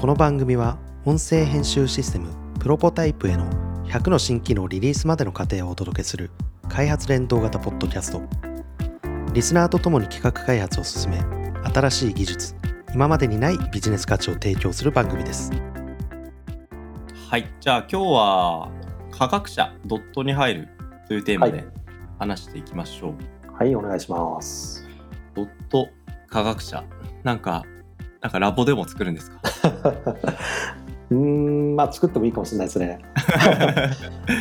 この番組は音声編集システムプロポタイプへの100の新機能リリースまでの過程をお届けする開発連動型ポッドキャストリスナーとともに企画開発を進め新しい技術今までにないビジネス価値を提供する番組ですはい。じゃあ今日は科学者ドットに入るというテーマはで話していきましょう。はいお願いします ドット科学者。なんか、なんかラボでも作るんで すかうーんまあ作ってもいいかもしれないですね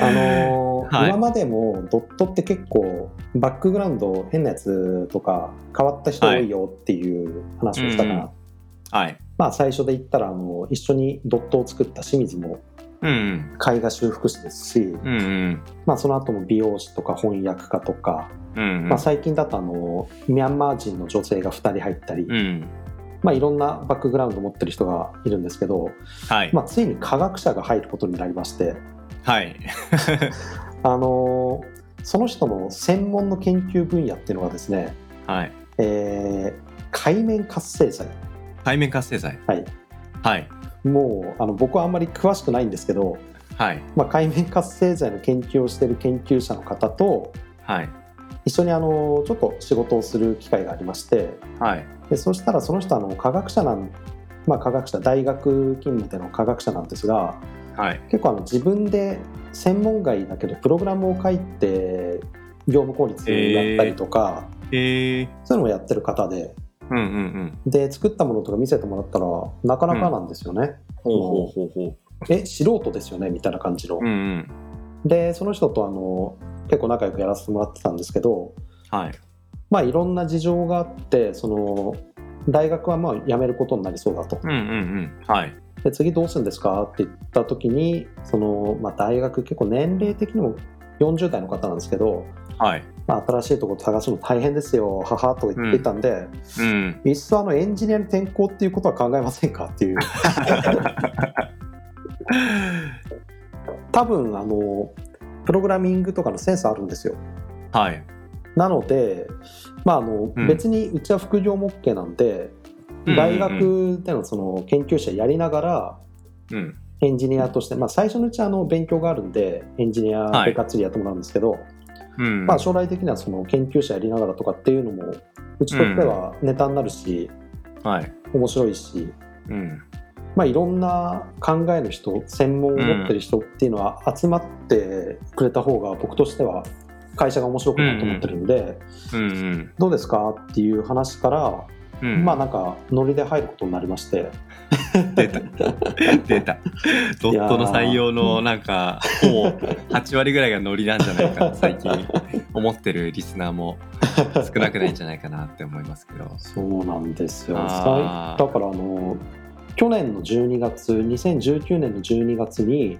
あのーはい今までもドットって結構バックグラウンド変なやつとか変わった人多いよっていう話をしたから、はいうんうん はい。まあ最初で言ったらあの一緒にドットを作った清水もうん絵画修復師ですし、うん。うんうん。まあ、その後も美容師とか翻訳家とか、うんうん。まあ、最近だとあのミャンマー人の女性が2人入ったり、うん。まあ、いろんなバックグラウンド持ってる人がいるんですけど、はい。まあ、ついに科学者が入ることになりまして。はい。あのーその人の専門の研究分野っていうのがですね、はい。えー海面活性剤対面活性剤。はい。はい。もうあの僕はあんまり詳しくないんですけど、はい。まあ、海面活性剤の研究をしている研究者の方とはい。一緒にあのちょっと仕事をする機会がありましてはい。でそしたらその人あの科学者なん、まあ、科学者大学勤務での科学者なんですがはい。結構あの自分で専門外だけどプログラムを書いて業務効率やったりとか。えー。そういうのもやってる方で、うんうんうん。で、作ったものとか見せてもらったら、なかなかなんですよね。ほうほうほうほえ、素人ですよねみたいな感じの。う。うんうん。で、その人とあの、結構仲良くやらせてもらってたんですけど、はい。まあ、いろんな事情があって、その、大学はまあ辞めることになりそうだとう。んうんうん。はい。で、次どうするんですかって言った時に、その、まあ、大学結構年齢的にも40代の方なんですけど、はい。まあ、新しいところ探すの大変ですよ、母とか言っていたんで、うん。いっそあのエンジニアに転校っていうことは考えませんかって いう。多分あのプログラミングとかのセンスあるんですよはい。なので、まああのうん別にうちは副業も OK なんで、うんうんうん大学でのその研究者やりながらうん。エンジニアとして、まあ、最初のうちはあの勉強があるんでエンジニアはでいがっつりやってもらうんですけど、うん。まあ、将来的にはその研究者やりながらとかっていうのもうちとしてはネタになるし、はい。面白いし、うん。まあ、いろんな考えの人専門を持ってる人っていうのは集まってくれた方が僕としては会社が面白くなると思ってるんで、うんどうですかっていう話から、うん。うんまあなんかノリで入ることになりまして出た。出た。ドットの採用のなんか、もう8割ぐらいがノリなんじゃないかな、最近思ってるリスナーも少なくないんじゃないかなって思いますけど。そうなんですよあだーからあの去年の12月2019年の12月に、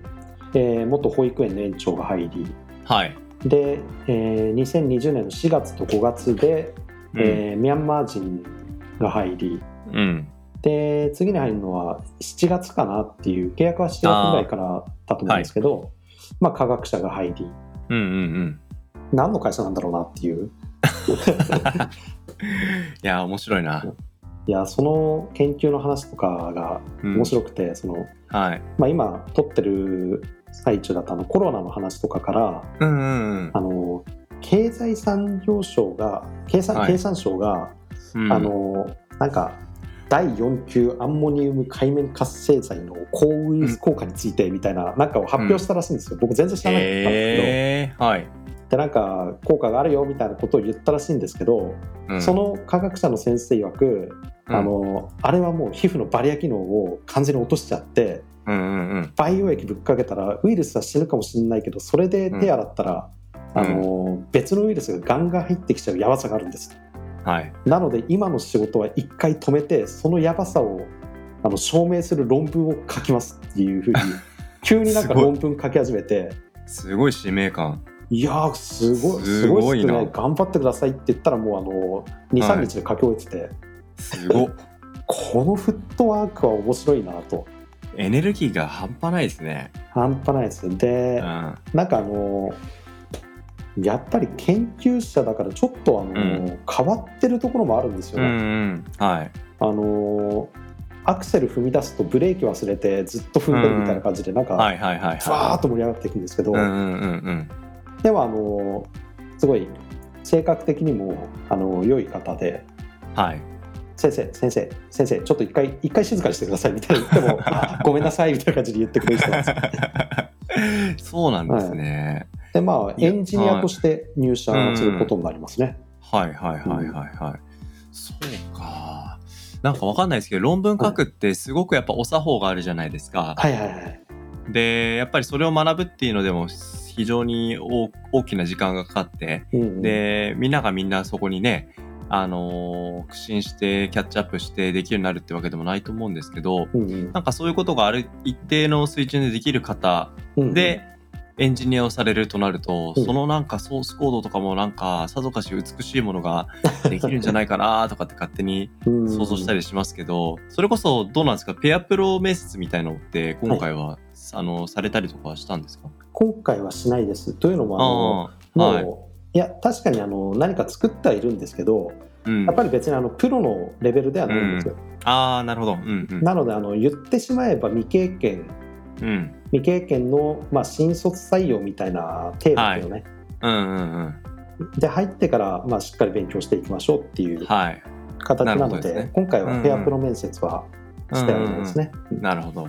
えー元保育園の園長が入りはい。で、えー2020年の4月と5月で、うん。えーミャンマー人が入りうん。で次に入るのは7月かなっていう契約は7月ぐらいからだと思うんですけどまあ科学者が入りうんうんうん。何の会社なんだろうなっていういや、面白いな。いやその研究の話とかがうん面白くて、そのはい。まあ、今撮ってる最中だったあのコロナの話とかからうんうんあの経済産業省が経産,、はい経産省が、うん。あ、のなんか第4級アンモニウム海面活性剤の抗ウイルス効果についてみたいな、なんかを発表したらしいんですよ、僕全然知らなかったんですけど、えー、はい。でなんか効果があるよみたいなことを言ったらしいんですけど、うんそ、の科学者の先生曰く、あ、のあれはもう皮膚のバリア機能を完全に落としちゃってうんうんうん。培養液ぶっかけたらウイルスは死ぬかもしれないけどそれで手洗ったら、うんあの別のウイルスがガンガン入ってきちゃうやばさがあるんですはい。なので今の仕事は一回止めてそのやばさをあの証明する論文を書きますっていうふうに急になんかすごい論文書き始めてすごい使命感。いやーすごいすすごごいっいすなね頑張ってくださいって言ったらもうあの23日で書き終えてて、すごっ。 このフットワークは面白いなとエネルギーが半端ないですね。半端ないですで、うん。なんかあのやっぱり研究者だからちょっとあの、うん変わってるところもあるんですようんね。うん。はい。あのアクセル踏み出すとブレーキ忘れてずっと踏んでるみたいな感じでなんか、はいはいはいふわーはっと盛り上がっていくんですけど、い。うんうんうんうん。でもあのすごい性格的にもあの良い方ではい。先生先生先生ちょっと一回一回静かにしてくださいみたいな言 ってもあごめんなさいみたいな感じで言ってくれる人なんですよそうなんですね。でまあエンジニアとして入社することになりますね、はいはいはいはいはい。そうか。なんかわかんないですけど、論文書くってすごくやっぱお作法があるじゃないですか。はいはいはいで、やっぱりそれを学ぶっていうのでも非常に大大きな時間がかかって、うんうんで、みんながみんなそこにね、あのー苦心してキャッチアップしてできるようになるってわけでもないと思うんですけど、うんうんなんかそういうことがある一定の水準でできる方うんうんでエンジニアをされるとなると、うんそのなんかソースコードとかもなんかさぞかし美しいも のができるんじゃないかなとかって勝手にうん想像したりしますけど、それこそどうなんですかペアプロ面接みたいのって今回は、あのされたりとかはしたんですか今回はしないですというのもあのああはい、もういや確かにあの何か作ってはいるんですけどうんやっぱり別にあのプロのレベルではないんですよ、ああなるほどうんうんなのであの言ってしまえば未経験うん未経験の、まあ、新卒採用みたいなテーマですよね、うんうんうんで入ってから、まあ、しっかり勉強していきましょうっていうはい形ななるほのどでですね今回はペアプロ面接はしてあげないですね、なるほど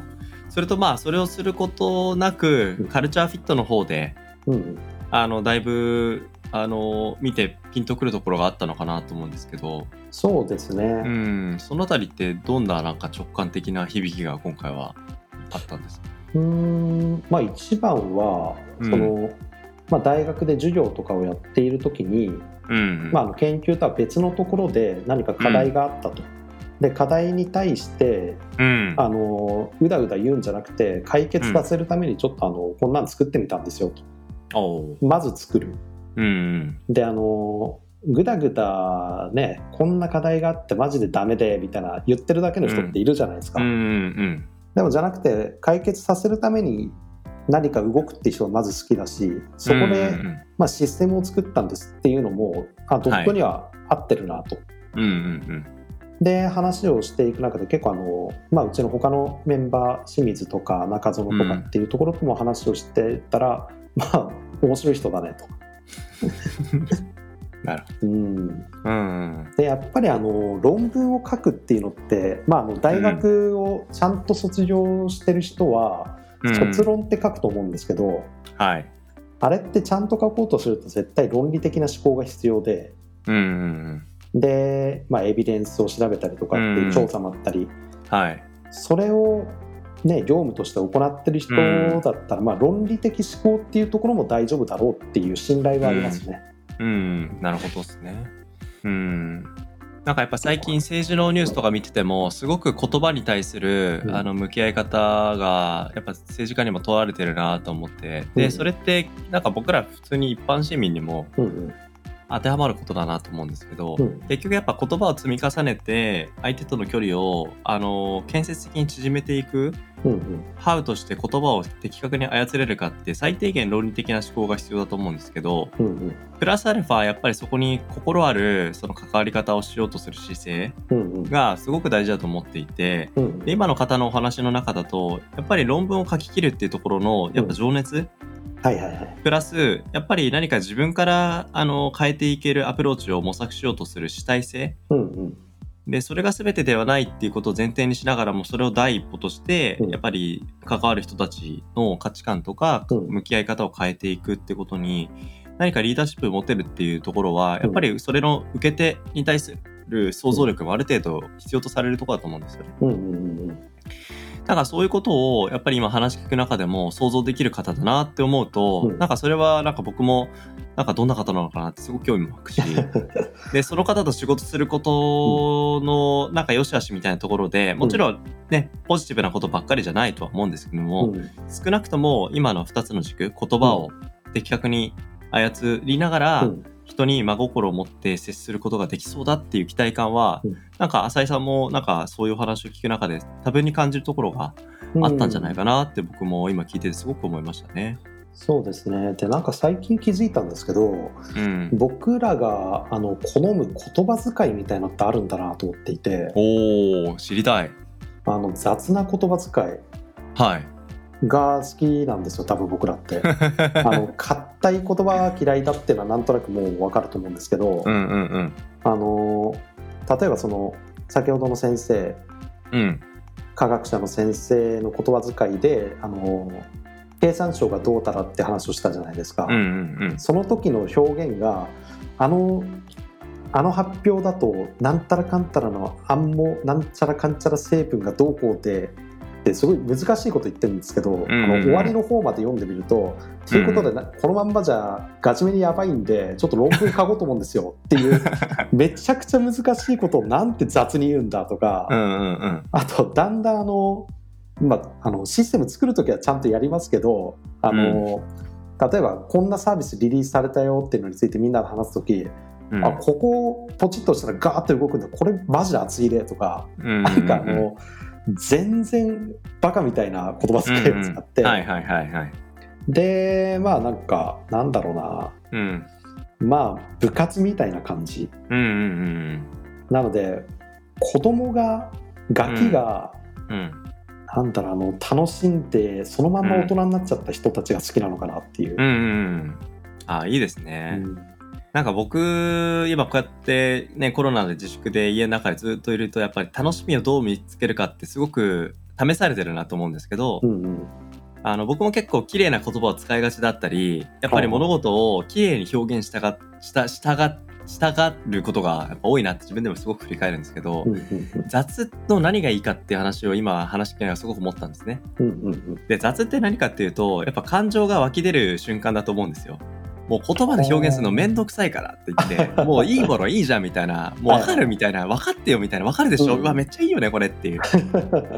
それとまあそれをすることなくカルチャーフィットの方でうんうんあのだいぶあの見てピンとくるところがあったのかなと思うんですけど、そうですね、うん、そのあたりってどんななんか直感的な響きが今回はあったんですかうーんまあ一番はうんその、まあ、大学で授業とかをやっている時に、うんまああの、研究とは別のところで何か課題があったと。で課題に対してうん、あのうだうだ言うんじゃなくて解決させるためにちょっとあのこんなん作ってみたんですよとおうまず作るうんであのぐだぐだねこんな課題があってマジでダメでみたいな言ってるだけの人っているじゃないですか、うんうんでもじゃなくて解決させるために何か動くっていう人はまず好きだしそこで、うんまあ、システムを作ったんですっていうのもあドットには合ってるなと。うんうんで話をしていく中で結構あの、まあ、うちの他のメンバー清水とか中園とかっていうところとも話をしてたら、まあ面白い人だねと。 なるうん、うんうんでやっぱりあの論文を書くっていうのって、まあ、あの大学をちゃんと卒業してる人は、うん卒論って書くと思うんですけど、はいあれってちゃんと書こうとすると絶対論理的な思考が必要でうんうんうんで、まあ、エビデンスを調べたりとかってういんう調査もあったり、はいそれを、ね、業務として行ってる人だったら、まあ、論理的思考っていうところも大丈夫だろうっていう信頼はありますね。うん、なるほどですね。うん。なんかやっぱ最近政治のニュースとか見ててもすごく言葉に対する、うんあの向き合い方がやっぱ政治家にも問われてるなと思ってで、うんそれってなんか僕ら普通に一般市民にもうんうん当てはまることだなと思うんですけど、うん結局やっぱ言葉を積み重ねて相手との距離をあの建設的に縮めていくうんうんハウとして言葉を的確に操れるかって最低限論理的な思考が必要だと思うんですけど、うんうんプラスアルファやっぱりそこに心あるその関わり方をしようとする姿勢うんうんがすごく大事だと思っていてうんうんで今の方のお話の中だとやっぱり論文を書き切るっていうところのやっぱ情熱、はいはいはい。プラスやっぱり何か自分からあの変えていけるアプローチを模索しようとする主体性うんうんでそれが全てではないっていうことを前提にしながらもそれを第一歩として、うんやっぱり関わる人たちの価値観とか、うん向き合い方を変えていくってことに何かリーダーシップ持てるっていうところはやっぱりそれの受け手に対する想像力もある程度必要とされるところだと思うんですよね。うんうんうんうんだからそういうことをやっぱり今話聞く中でも想像できる方だなって思うと、うんなんかそれはなんか僕もなんかどんな方なのかなってすごく興味も 湧くしでその方と仕事することのなんか良し悪しみたいなところでもちろんね、ポジティブなことばっかりじゃないとは思うんですけども、うん少なくとも今の2つの軸言葉を的確に操りながら、うん人に真心を持って接することができそうだっていう期待感は、うんなんか浅井さんもなんかそういうお話を聞く中で多分に感じるところがあったんじゃないかなって僕も今聞いててすごく思いましたね。そうですねでなんか最近気づいたんですけどうん、僕らがあの好む言葉遣いみたいなのってあるんだなと思っていておー知りたい。あの雑な言葉遣はい。いが好きなんですよ多分僕らって あの硬い言葉嫌いだっていうのはなんとなくもう分かると思うんですけど、うんうんうん。あの例えばその先ほどの先生うん。科学者の先生の言葉遣いであの経産省がどうたらって話をしたじゃないですか、うんうんその時の表現があのあの発表だとなんたらかんたらの暗もなんちゃらかんちゃら成分がどうこうでってすごい難しいこと言ってるんですけど、んうんうんあの終わりの方まで読んでみるとということでな、このまんまじゃガチめにやばいんでちょっと論文書こうと思うんですよっていう めちゃくちゃ難しいことをなんて雑に言うんだとか、うん。うんうんうん。あとだんだんあの、まあ、あのシステム作るときはちゃんとやりますけどあの、例えばこんなサービスリリースされたよっていうのについてみんなで話すとき、うんあここをポチッとしたらガーッと動くんだこれマジで厚いでとか、うんなんかあの全然バカみたいな言葉遣いを使って、うんうんはいはいはいはい。でまあなんかなんだろうなうん。まあ部活みたいな感じうんうんなので子供がガキが、うんうん。なんだろうあの楽しんでそのまま大人になっちゃった人たちが好きなのかなっていううん。う、んうん。あいいですね。うんなんか僕、今こうやってね、コロナで自粛で家の中でずっといると、やっぱり楽しみをどう見つけるかってすごく試されてるなと思うんですけど、うんうんあの僕も結構綺麗な言葉を使いがちだったり、やっぱり物事を綺麗に表現したが、した、したが、したがることがやっぱ多いなって自分でもすごく振り返るんですけど、うんうん雑の何がいいかっていう話を今話しながらすごく思ったんですね。うんうんうんで、雑って何かっていうと、やっぱ感情が湧き出る瞬間だと思うんですよ。もう言葉で表現するのめんどくさいからって言 って、もういいものいいじゃんみたいな、もうわかるみたいな、わかってよみたいな、わかるでしょ、ううんわ、めっちゃいいよねこれっていう。確かに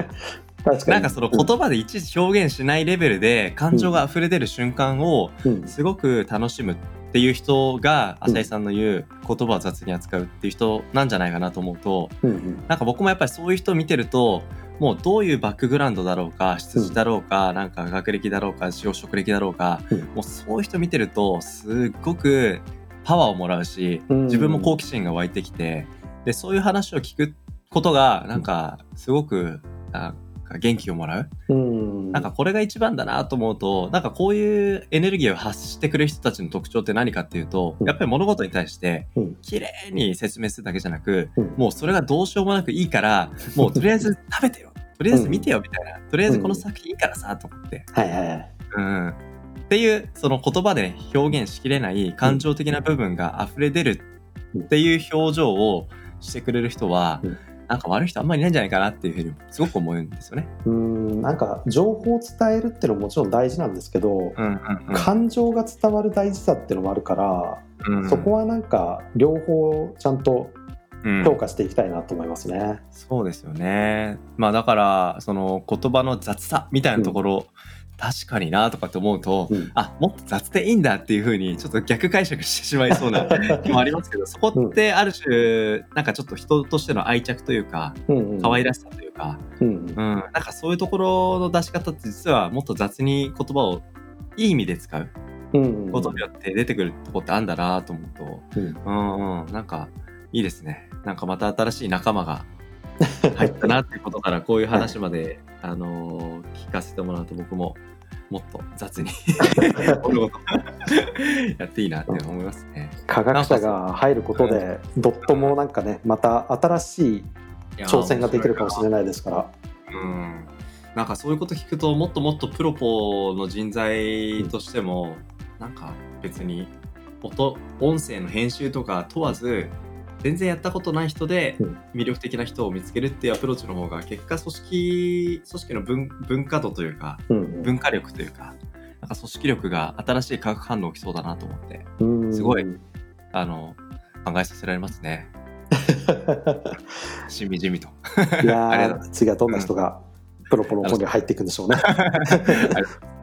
なんかその言葉でいちいち表現しないレベルで感情が溢れ出る瞬間をうんうんすごく楽しむっていう人が、浅井さんの言う言葉を雑に扱うっていう人なんじゃないかなと思うと、うんうんなんか僕もやっぱりそういう人を見てるともうどういうバックグラウンドだろうか出自だろうか、なんか学歴だろうか使用職歴だろうか、うんもうそういう人見てるとすっごくパワーをもらうしうん自分も好奇心が湧いてきてでそういう話を聞くことがなんかすごくなんか元気をもらう、うんなんかこれが一番だなと思うとなんかこういうエネルギーを発してくれる人たちの特徴って何かっていうと、うんやっぱり物事に対してうん綺麗に説明するだけじゃなく、うんもうそれがどうしようもなくいいからもうとりあえず食べてよとりあえず見てよみたいな、とりあえずこの作品いいからさと思って、はいはいはいうん、っていうその言葉で表現しきれない感情的な部分が溢れ出るっていう表情をしてくれる人は、うんなんか悪い人あんまりいないんじゃないかなっていうふうにすごく思うんですよね。うんなんか情報を伝えるっていうのももちろん大事なんですけど、うんうん感情が伝わる大事さっていうのもあるから、うんうんそこはなんか両方ちゃんとうん強化していきたいなと思いますね。そうですよね。まあだからその言葉の雑さみたいなところ、確かになとかって思うと、うんあもっと雑でいいんだっていうふうにちょっと逆解釈してしまいそう な気もありますけどそこってある種なんかちょっと人としての愛着というかうんうん可愛らしさというか、うんうん、なんかそういうところの出し方って実はもっと雑に言葉をいい意味で使ううんうんことによって出てくるとこってあんだなと思うと。うんうんうん、なんかいいですね。なんかまた新しい仲 間が入ったなっていうことから、こういう話まで、あのー聞かせてもらうと、僕ももっと 雑に 物事 やっていいなって思いますね。科学者が入ることでドットもなんかねまた新しいいやー挑戦ができるかもしれないですからうん、なんかそういうこと聞くともっともっとプロポの人材としても、なんか別に音音声の編集とか問わず全然やったことない人でうん魅力的な人を見つけるっていうアプローチの方が結果組織組織の文文化度というかうん文化力というかなんか組織力が新しい化学反応起きそうだなと思ってうんうん すごいあの考えさせられますねしみじみと い ありがとうございやー次はどんな人がプロポの方に入っていくんでしょうねありがとうございます